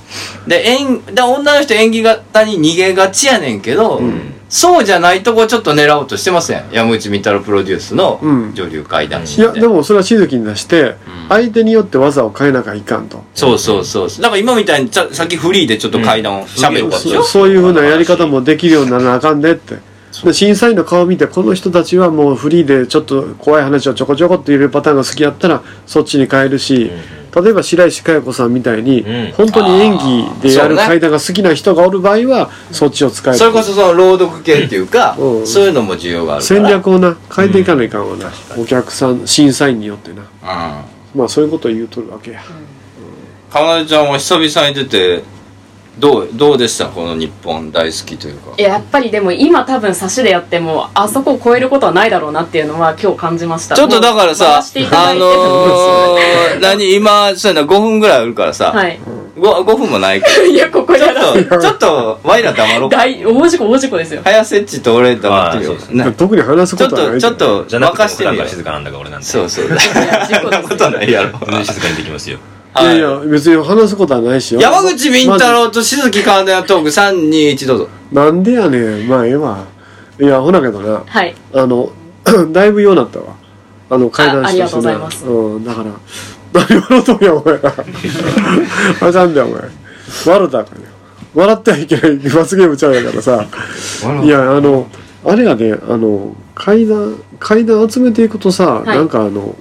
Speaker 1: で演で女の人演技型に逃げがちやねんけど、そうじゃないとこちょっと狙おうとしてません山口み太郎プロデュースの
Speaker 4: うん
Speaker 1: 女流怪談
Speaker 4: い
Speaker 1: 師
Speaker 4: や
Speaker 1: って、
Speaker 4: でもそれは静きに出して相手によって技を変えなきゃいかんと
Speaker 1: そうそうそうだから今みたいにちゃさっきフリーでちょっと怪談を喋ったでしょ、
Speaker 4: そうそういうふうなやり方もできるようにならなあかんでってで審査員の顔を見てこの人たちはもうフリーでちょっと怖い話をちょこちょこって入れるパターンが好きやったらそっちに変えるし、例えば白石加代子さんみたいに、
Speaker 2: うん
Speaker 4: 本当に演技でやる
Speaker 1: あーそうね
Speaker 4: 階段が好きな人がおる場合はそっちを使える
Speaker 1: それこそその朗読系っていうか、
Speaker 4: うん
Speaker 1: そういうのも需要があるから
Speaker 4: 戦略をな変えていかないかんわな、お客さん審査員によってな
Speaker 1: うん
Speaker 4: まあそういうことを言うとるわけや
Speaker 1: かなでちゃんは久々に出てどうどうでしたこの日本大好きというか
Speaker 3: いややっぱりでも今多分差しでやってもあそこを超えることはないだろうなっていうのは今日感じました
Speaker 1: ちょっとだから
Speaker 3: もう
Speaker 1: さ
Speaker 3: 回していただ
Speaker 1: あ
Speaker 3: いて
Speaker 1: のー、何今そうやな5分ぐらいあるからさ、
Speaker 3: はい
Speaker 1: ご 5, 分もないけど
Speaker 3: いやここ
Speaker 1: ち
Speaker 3: [laughs] やだ
Speaker 1: ょっとちょっとワイら黙ろうか
Speaker 3: 大大事故大事故ですよ
Speaker 1: 早せっちと俺黙ってるよ、
Speaker 2: まあそう
Speaker 1: な
Speaker 4: 特に話す
Speaker 1: ちょ
Speaker 4: こ
Speaker 1: っ
Speaker 4: とはな
Speaker 1: と
Speaker 4: い
Speaker 1: ちょっと
Speaker 2: じゃなくて、
Speaker 1: 任し
Speaker 2: 僕
Speaker 1: て
Speaker 2: な
Speaker 1: み
Speaker 2: ん
Speaker 1: よ
Speaker 2: か静かなんだから俺なんで。
Speaker 1: そうそう
Speaker 3: 事故
Speaker 1: そん
Speaker 3: で
Speaker 1: な
Speaker 3: す
Speaker 1: ことはないやろ
Speaker 2: 全然静かにできますよ。
Speaker 4: いやいや別に話すことはないしよ
Speaker 1: 山口み太郎と静木かなでのトーク321どうぞ
Speaker 4: なんでやねんまあええわいやほなけどな
Speaker 3: はい
Speaker 4: あの [clears throat] だいぶようになったわあの階段
Speaker 3: ああ
Speaker 4: し
Speaker 3: り
Speaker 4: た
Speaker 3: がと
Speaker 4: し
Speaker 3: うござ
Speaker 4: ない
Speaker 3: ます
Speaker 4: うんだから何笑うとんやお前らあかんでお前笑うたらあかんよ笑ってはいけない罰ゲームちゃうやからさいやあのあれやであの階段階段集めていくとさ、
Speaker 3: い
Speaker 4: なんかあの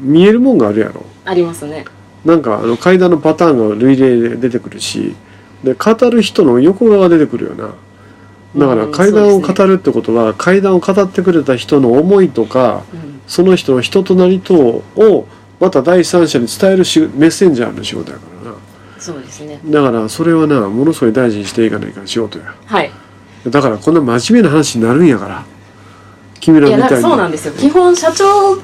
Speaker 4: 見えるもんがあるやろ
Speaker 3: ありますね
Speaker 4: なんかあの階段のパターンが類例で出てくるしで語る人の横側が出てくるよなだから
Speaker 3: うん
Speaker 4: 階段
Speaker 3: そ
Speaker 4: を
Speaker 3: うですね
Speaker 4: 語るってことは、階段を語ってくれた人の思いとか
Speaker 3: うん
Speaker 4: その人の人となり等をまた第三者に伝えるしメッセンジャーの仕事やから
Speaker 3: そうですね
Speaker 4: なだからそれはなものすごい大事にしていかないから仕事や
Speaker 3: はい
Speaker 4: だからこんな真面目な話になるんやから君ら
Speaker 3: い
Speaker 4: み
Speaker 3: や
Speaker 4: た
Speaker 3: ないんか
Speaker 4: に
Speaker 3: そうなんですよ基本社長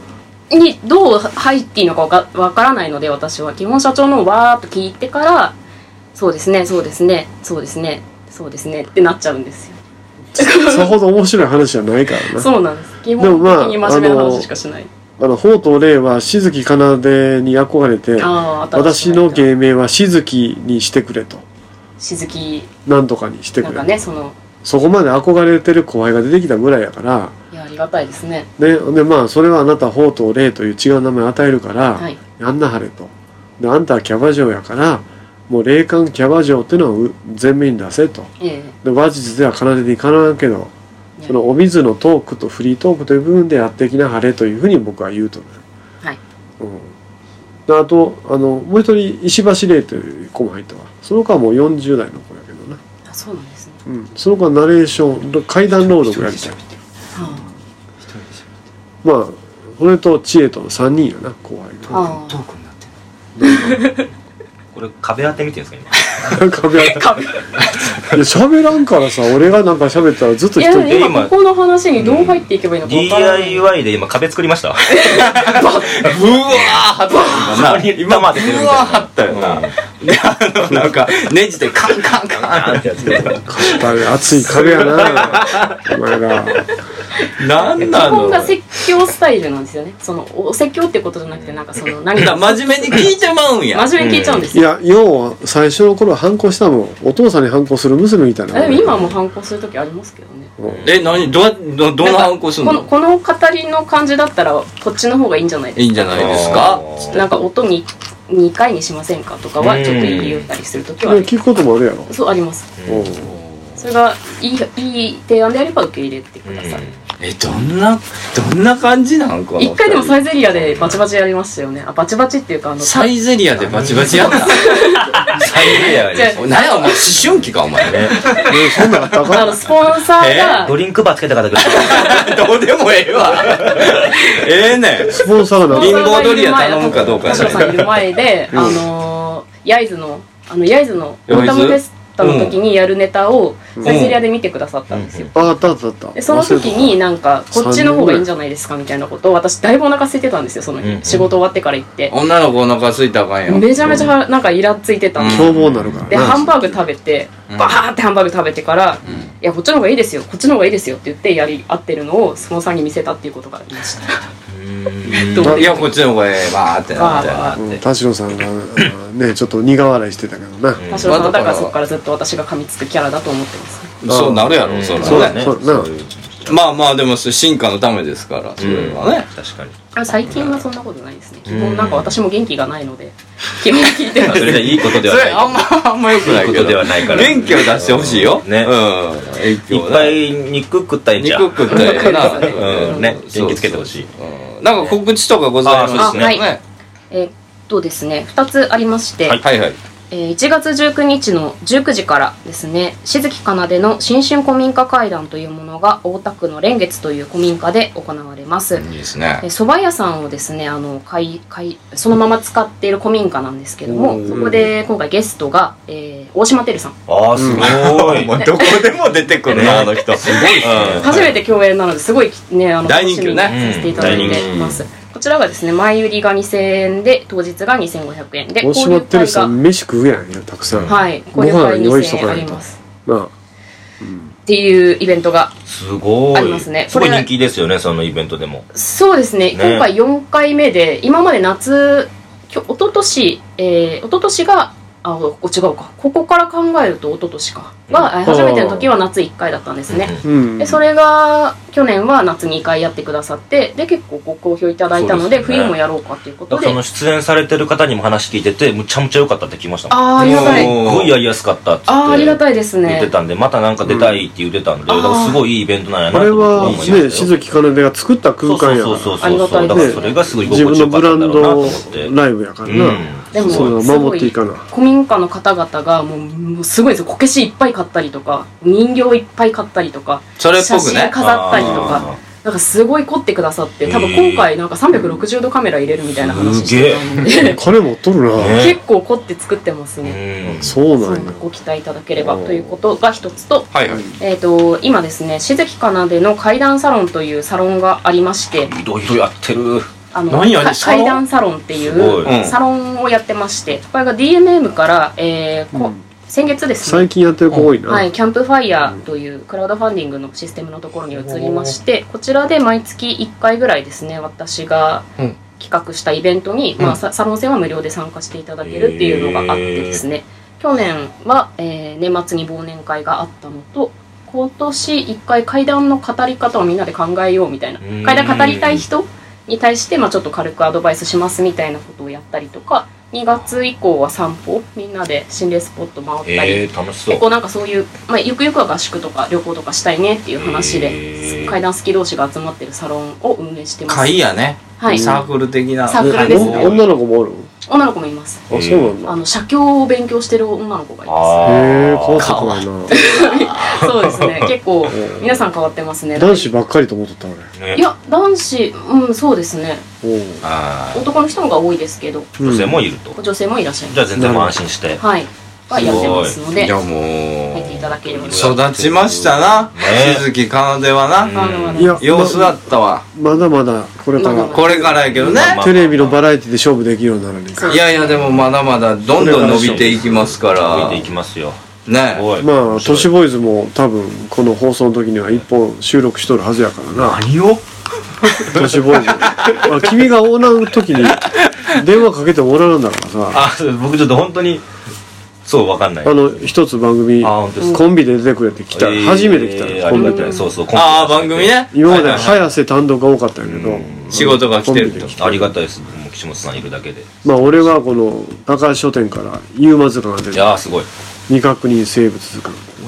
Speaker 3: にどう入っていいのかわかわからないので私は基本社長のわーっと聞いてからそうですねそうですねそうですねそうですねってなっちゃうんですよ
Speaker 4: さほど面白い話じゃないからな
Speaker 3: そうなんです基本
Speaker 4: でもまあ
Speaker 3: 的に真面目な話しかしない
Speaker 4: あの宝刀霊は静木かなでに憧れて
Speaker 3: ああ
Speaker 4: 私の芸名は静木にしてくれと
Speaker 3: 鈴木
Speaker 4: なんとかにして
Speaker 3: な
Speaker 4: く
Speaker 3: ん
Speaker 4: れ
Speaker 3: かねその
Speaker 4: そこまで憧れてる後輩が出てきたぐらいやから
Speaker 3: いやありがたいですね
Speaker 4: ねでまあそれはあなた宝刀霊という違う名前を与えるから、
Speaker 3: はい
Speaker 4: あんなはれとであんたはキャバ嬢やからもう霊感キャバ嬢っていうのをう前面に出せと
Speaker 3: え
Speaker 4: で話術では奏でていかないけど
Speaker 3: え
Speaker 4: そのお水のトークとフリートークという部分でやっていきなはれというふうに僕は言うとる
Speaker 3: はい
Speaker 4: うんであとあのもう一人石橋玲という子も入ったわその子はもう40代の子やけどな、
Speaker 3: あそうなんですね
Speaker 4: うん、その子はナレーション階段朗読やりたい
Speaker 3: は
Speaker 4: まあそれと知恵との3人やな後輩
Speaker 3: ああ
Speaker 1: ト
Speaker 3: あ
Speaker 1: ークになって
Speaker 2: これ壁当てみてるんですか、
Speaker 4: が壁当たり喋らんからさ俺がなんか喋ったらずっと
Speaker 3: い
Speaker 4: 一
Speaker 3: や
Speaker 4: 人で
Speaker 3: でも今ここの話にどう入っていけばいいのか
Speaker 2: 今。
Speaker 3: わからない、
Speaker 2: DIY で今壁作りました。 [laughs]
Speaker 1: うわー張ったよ
Speaker 2: そこに
Speaker 1: 今
Speaker 2: 玉当ててるみたいな
Speaker 1: うわー張ったよなで、あの、 [laughs] なんか、ネジでカンカンカ
Speaker 2: なんてやつ
Speaker 4: 熱い壁やなお前ら
Speaker 1: ン。なん
Speaker 3: 基
Speaker 1: な
Speaker 3: 本
Speaker 1: の
Speaker 3: が説教スタイルなんですよねそのお説教ってことじゃなくてなんかその何
Speaker 1: だ
Speaker 3: か
Speaker 1: 真面目に聞いてまうんや。
Speaker 3: 真面目に聞いちゃうんです
Speaker 4: い
Speaker 3: よ、
Speaker 4: や要は最初の頃は反抗したもんお父さんに反抗する娘みたいな
Speaker 3: あでも今はもう反抗する時ありますけどね
Speaker 1: え、何どう、ど、どんな反抗する
Speaker 3: なん
Speaker 1: の
Speaker 3: かこのこの語りの感じだったらこっちの方がいいんじゃない
Speaker 1: い
Speaker 3: で
Speaker 1: い
Speaker 3: す
Speaker 1: んじゃないですか
Speaker 3: かなんか音に2回にしませんかとかはちょっと言ったりする時はあります
Speaker 4: 聞くこともあるやろ
Speaker 3: そうあります
Speaker 4: おう
Speaker 3: それがいいいい提案であれば受け入れてください、
Speaker 1: え、どんな、どんな感じなんこの二人。
Speaker 3: 一回でもサイゼリアでバチバチやりましたよねあバチバチっていうかあの
Speaker 1: サイゼリアでバチバチやった。サイゼリアで
Speaker 3: じゃ。あ
Speaker 1: 何や、お前、思春期か、お前。
Speaker 4: そんなんあった
Speaker 3: [laughs] あ
Speaker 4: か
Speaker 3: のスポンサーが
Speaker 2: ドリンクバーつけたから
Speaker 3: [laughs]
Speaker 2: だ
Speaker 1: [laughs]
Speaker 2: け
Speaker 1: どうでもええわ。ええねん。
Speaker 4: スポンサーが
Speaker 1: リン
Speaker 4: な
Speaker 1: ゴドリア頼むかどうか
Speaker 3: 田代さんいる前で、あのー焼津のあの焼津のオンタムフェスタの時にやるネタをサイゼリアで見てくださったんですよ、
Speaker 4: ああったあったあった
Speaker 3: でその時になんか
Speaker 4: 忘れた
Speaker 3: こっちの方がいいんじゃないですかみたいなことを私だいぶお腹空いてたんですよその日、
Speaker 2: うん
Speaker 3: 仕事終わってから行って、
Speaker 1: 女の子お腹空いたらあかんよ。
Speaker 3: めちゃめちゃなんかイラついてたんです
Speaker 4: 凶暴になるか
Speaker 3: で
Speaker 4: ら
Speaker 3: ハ
Speaker 4: な
Speaker 3: ンバーグ食べてバーってハンバーグ食べてから「いやこっちの方がいいですよこっちの方がいいですよ」って言ってやり合ってるのをスポンサーに見せたっていうことがありましたどう
Speaker 1: いや、こっちの方がええわーってなって。
Speaker 3: わー
Speaker 4: うん田代さんがあの
Speaker 3: [laughs]
Speaker 4: ねちょっと苦笑いしてたけどな
Speaker 3: 多少さんだからそこからずっと私が噛みつくキャラだと思ってます
Speaker 1: そうなるやろ、そらね
Speaker 2: そうだね
Speaker 4: そうだな
Speaker 1: まあまあ、でも、進化のためですから、それはね。
Speaker 2: 確かに
Speaker 3: あ最近はそんなことないですね基本なんか私も元気がないので [laughs] 基本聞いてま
Speaker 2: それじゃ
Speaker 3: す
Speaker 2: いいことでは
Speaker 1: そ
Speaker 2: な
Speaker 1: れ、
Speaker 2: い
Speaker 1: あんま、あんま良くない
Speaker 2: い
Speaker 1: け
Speaker 2: い
Speaker 1: ど。
Speaker 2: ことではないから
Speaker 1: 元気を出してほしいよ。
Speaker 2: ね
Speaker 1: うん。影響
Speaker 2: いっぱい肉食ったらいいんじゃ
Speaker 1: [laughs]
Speaker 2: ん
Speaker 1: 肉食ったらええな。
Speaker 2: うんね元気つけてほしい
Speaker 1: うんなんか告知とかございます
Speaker 2: あそうです
Speaker 3: ねはい。えーっとですね2つありまして、
Speaker 1: はいはいはい。
Speaker 3: えー1月19日の19時からですね静木かなでの新春古民家会談というものが大田区の蓮月という古民家で行われます、
Speaker 1: いいですね
Speaker 3: え。ー蕎麦屋さんをですねあの買い買いそのまま使っている古民家なんですけどもそこで今回ゲストが、えー大島てるさん
Speaker 2: ああすごい
Speaker 1: もうどこでも出てくる
Speaker 2: ね
Speaker 1: な、あの人。すごい
Speaker 3: 初めて共演なのですごいねあの
Speaker 1: 大人気よね
Speaker 3: 楽しみにさせていただいてます、こちらがですね前売りが2000円で当日が2500円で
Speaker 4: 大島ってるさ
Speaker 3: 交流
Speaker 4: ん飯食うやんよたくさん
Speaker 3: 会がはい交流会2000円あります
Speaker 4: な
Speaker 3: っていうイベントが
Speaker 2: すごい
Speaker 3: ありますね
Speaker 2: すごい
Speaker 3: これ
Speaker 2: 人気ですよねそのイベントでも
Speaker 3: そうですね
Speaker 2: ね
Speaker 3: 今回4回目で今まで夏きょ一昨年えー、一昨年があお違うかここから考えると一昨年かが、えー初めての時は夏1回だったんですね、
Speaker 4: うん
Speaker 3: でそれが去年は夏2回やってくださってで結構ご好評いただいた
Speaker 2: そ
Speaker 3: ので
Speaker 2: うですね
Speaker 3: 冬もやろうかというこ
Speaker 2: だ
Speaker 3: と
Speaker 2: か
Speaker 3: で
Speaker 2: らその出演されてる方にも話聞いててむちゃむちゃ良かったって聞きましたもん
Speaker 3: あーありがたい
Speaker 1: おー
Speaker 2: すごいやりやすかったっつって
Speaker 3: あーありがたいです
Speaker 2: 言っ
Speaker 3: ね
Speaker 2: てたんでまたなんか出たいって言ってたんでだ
Speaker 3: うん
Speaker 2: からすごいいいイベントなんや
Speaker 4: あ
Speaker 2: な
Speaker 4: れ
Speaker 2: と
Speaker 4: は
Speaker 2: 思いました
Speaker 4: ね静木かなでが作った空間や
Speaker 2: そう
Speaker 4: か
Speaker 2: そう
Speaker 4: ら
Speaker 2: そうそうそう
Speaker 3: ありが
Speaker 2: だ
Speaker 3: た
Speaker 2: から
Speaker 3: いです
Speaker 2: それがすごい居
Speaker 4: 自
Speaker 2: 心
Speaker 4: 分
Speaker 2: 地
Speaker 4: の
Speaker 2: よか
Speaker 4: ブ
Speaker 2: った
Speaker 4: ラ
Speaker 2: ん
Speaker 4: ン
Speaker 2: だろうなと
Speaker 4: ド
Speaker 2: 思って
Speaker 4: ライブやから
Speaker 2: う
Speaker 4: なん
Speaker 3: でも
Speaker 4: そういうの
Speaker 3: すご
Speaker 4: 守っていかな
Speaker 3: 古民家の方々がもうもうすごいですよこけしいっぱい買ったりとか人形いっぱい買ったりとか
Speaker 1: それっぽ
Speaker 3: 写
Speaker 1: く
Speaker 3: 真
Speaker 1: ね。
Speaker 3: 飾ったりと
Speaker 2: あ
Speaker 3: かなんかすごい凝ってくださって多分
Speaker 2: へー
Speaker 3: 今回なんか360度カメラ入れるみたいな話してたので
Speaker 4: 金持っとる
Speaker 2: ね
Speaker 4: な
Speaker 3: [laughs] 結構凝って作ってます
Speaker 2: う
Speaker 3: ね、
Speaker 2: ん
Speaker 4: そう
Speaker 3: そ
Speaker 4: な
Speaker 3: うん
Speaker 4: や
Speaker 3: ご期待いただければということが一つと
Speaker 1: はいはい。
Speaker 3: えー、と今ですね静木かなでの階段サロンというサロンがありまして
Speaker 2: いろいろやってる
Speaker 3: あの
Speaker 1: 何やね
Speaker 3: か
Speaker 1: サロン
Speaker 3: 階段サロンってい
Speaker 2: すご
Speaker 1: いう
Speaker 3: うんサロンをやってましてこれが DMM から、えーこ先月です
Speaker 4: 最
Speaker 3: ね
Speaker 4: 近やってる子多いな
Speaker 3: はい、キャンプファイヤーというクラウドファンディングのシステムのところに移りましてこちらで毎月1回ぐらいですね私が
Speaker 1: うん
Speaker 3: 企画したイベントに、まあ、ササロン戦は無料で参加していただけるっていうのがあってですね、去年は、えー年末に忘年会があったのと今年1回階段の語り方をみんなで考えようみたいな
Speaker 2: うん
Speaker 3: 階段語りたい人に対して、まあ、ちょっと軽くアドバイスしますみたいなことをやったりとか2月以降は散歩みんなで心霊スポット回ったり
Speaker 2: ええ楽しそう
Speaker 3: 結構なんかそういう、まあ、ゆくゆくは合宿とか旅行とかしたいねっていう話
Speaker 2: へ
Speaker 3: で
Speaker 2: ー
Speaker 3: 階段好き同士が集まってるサロンを運営してます
Speaker 1: 会やね。
Speaker 3: はい
Speaker 1: サークル的な。
Speaker 3: サークルですね
Speaker 4: お女の子もおる
Speaker 3: 女の子もいます
Speaker 4: あそうなんだ
Speaker 3: あの写経を勉強してる女の子がいま
Speaker 2: あ
Speaker 4: へえ
Speaker 2: ー
Speaker 4: 変わった子やな
Speaker 3: すそうで
Speaker 2: [laughs]
Speaker 3: すね結構皆さん変わってますね
Speaker 4: 男子ばっかりと思っとった俺
Speaker 2: ね
Speaker 3: いや男子うんそうですね
Speaker 4: おう
Speaker 2: あ
Speaker 3: 男の人の方が多いですけど
Speaker 2: ー女性もいると
Speaker 3: 女性もいらっしゃい
Speaker 2: じゃあ
Speaker 3: ま
Speaker 2: 全然もう安心して
Speaker 3: すはいはやってますので
Speaker 1: いや
Speaker 3: 入ってい
Speaker 1: も
Speaker 3: ただければ
Speaker 1: う育ちましたな
Speaker 2: ね
Speaker 1: 鈴木かなではな
Speaker 3: あのあの
Speaker 4: いや
Speaker 1: 様子だったわ
Speaker 4: まだまだこれか
Speaker 3: まだ
Speaker 4: ら
Speaker 3: ま
Speaker 1: これからやけどね
Speaker 2: まあまあ
Speaker 4: テレビのバラエティで勝負できるようになるんです
Speaker 3: そう
Speaker 1: いやいやでもまだまだどんどん伸びていきますか
Speaker 2: 見
Speaker 1: ら
Speaker 2: ていきますよ
Speaker 1: ね
Speaker 2: おい
Speaker 4: まあ
Speaker 2: 面
Speaker 4: 都
Speaker 2: 白い
Speaker 4: 市ボーイズも多分この放送の時には一本収録しとるはずやから
Speaker 2: [laughs]
Speaker 4: な
Speaker 1: 何を
Speaker 4: 都市ボーイズ、まあ、君がおらん時に電話かけてもらうんだからさ
Speaker 2: あそう僕ちょっと本当にそうわかんない
Speaker 4: あの一つ番組
Speaker 2: あ本当です
Speaker 4: コンビで出てくれって来た、
Speaker 2: えー
Speaker 4: 初めて来たの
Speaker 2: あ
Speaker 4: コ
Speaker 2: り
Speaker 4: ン
Speaker 2: が
Speaker 4: ビ
Speaker 2: た
Speaker 4: で
Speaker 2: いそうそう
Speaker 1: ああ番組ね
Speaker 4: 今まで
Speaker 1: はいはいはい
Speaker 4: 早瀬単独が多かったんやけど、
Speaker 2: うん
Speaker 1: 仕事が来てると
Speaker 4: コンビで
Speaker 2: ありがたいですもう岸本さんいるだけで
Speaker 4: まあ俺はこの高橋書店からユーマ図鑑が出
Speaker 2: い
Speaker 4: て
Speaker 2: やーすごい
Speaker 4: 未確認生物図鑑ちょ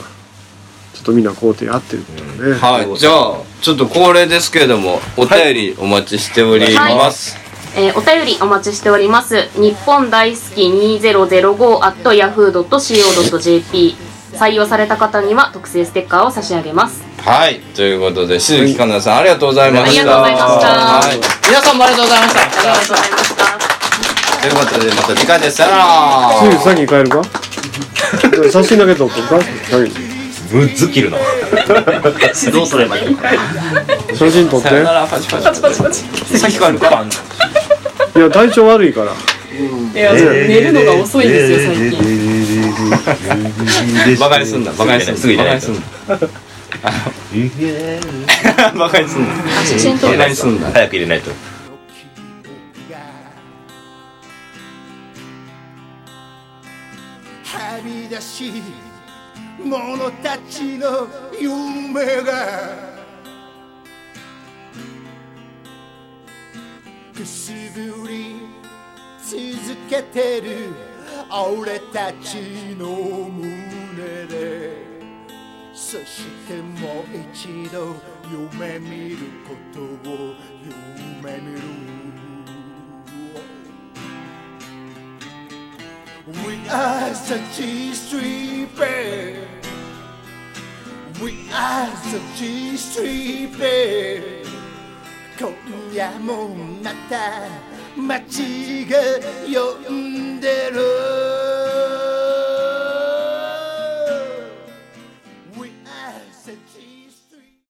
Speaker 4: っとみんな工程合ってるってことね、
Speaker 1: はいじゃあちょっと恒例ですけれどもお便りお待ちしております
Speaker 3: えーお便りお待ちしております。日本大好き2005 at yahoo.co.jp 採用された方には特製ステッカーを差し上げます。
Speaker 1: はい、ということで鈴木かなでさんありがとうございました
Speaker 3: ありがとうございました
Speaker 1: はい皆さんもありがとうございました
Speaker 3: ありがとうございました。
Speaker 1: ということでまた次回ですさよなら
Speaker 4: つい先に帰る
Speaker 1: [laughs]
Speaker 4: か写真だけ撮っとくか先に
Speaker 2: ぶっつ切
Speaker 3: [laughs]
Speaker 2: るの
Speaker 9: どうすればいいのか
Speaker 4: 写真撮って
Speaker 1: さよならパチパチパチパチさっきからパン
Speaker 4: いや体調悪いから
Speaker 3: いや、寝るのが遅いんですよ、
Speaker 2: [laughs]
Speaker 3: 最近。
Speaker 1: バカにすんなバカにすんな
Speaker 2: すぐ入れない
Speaker 1: バカにすんなあのバカにすんな
Speaker 3: 写真撮
Speaker 1: 入れな
Speaker 3: るの
Speaker 1: いすんな
Speaker 2: 早く入れないと
Speaker 10: はみ出し者たちの夢がくすぶり続けてる俺たちの胸でそしてもう一度夢見ることを夢見る We are the G Street Band. We are the G Street Band. 今夜もまた街が呼んでる。We are the G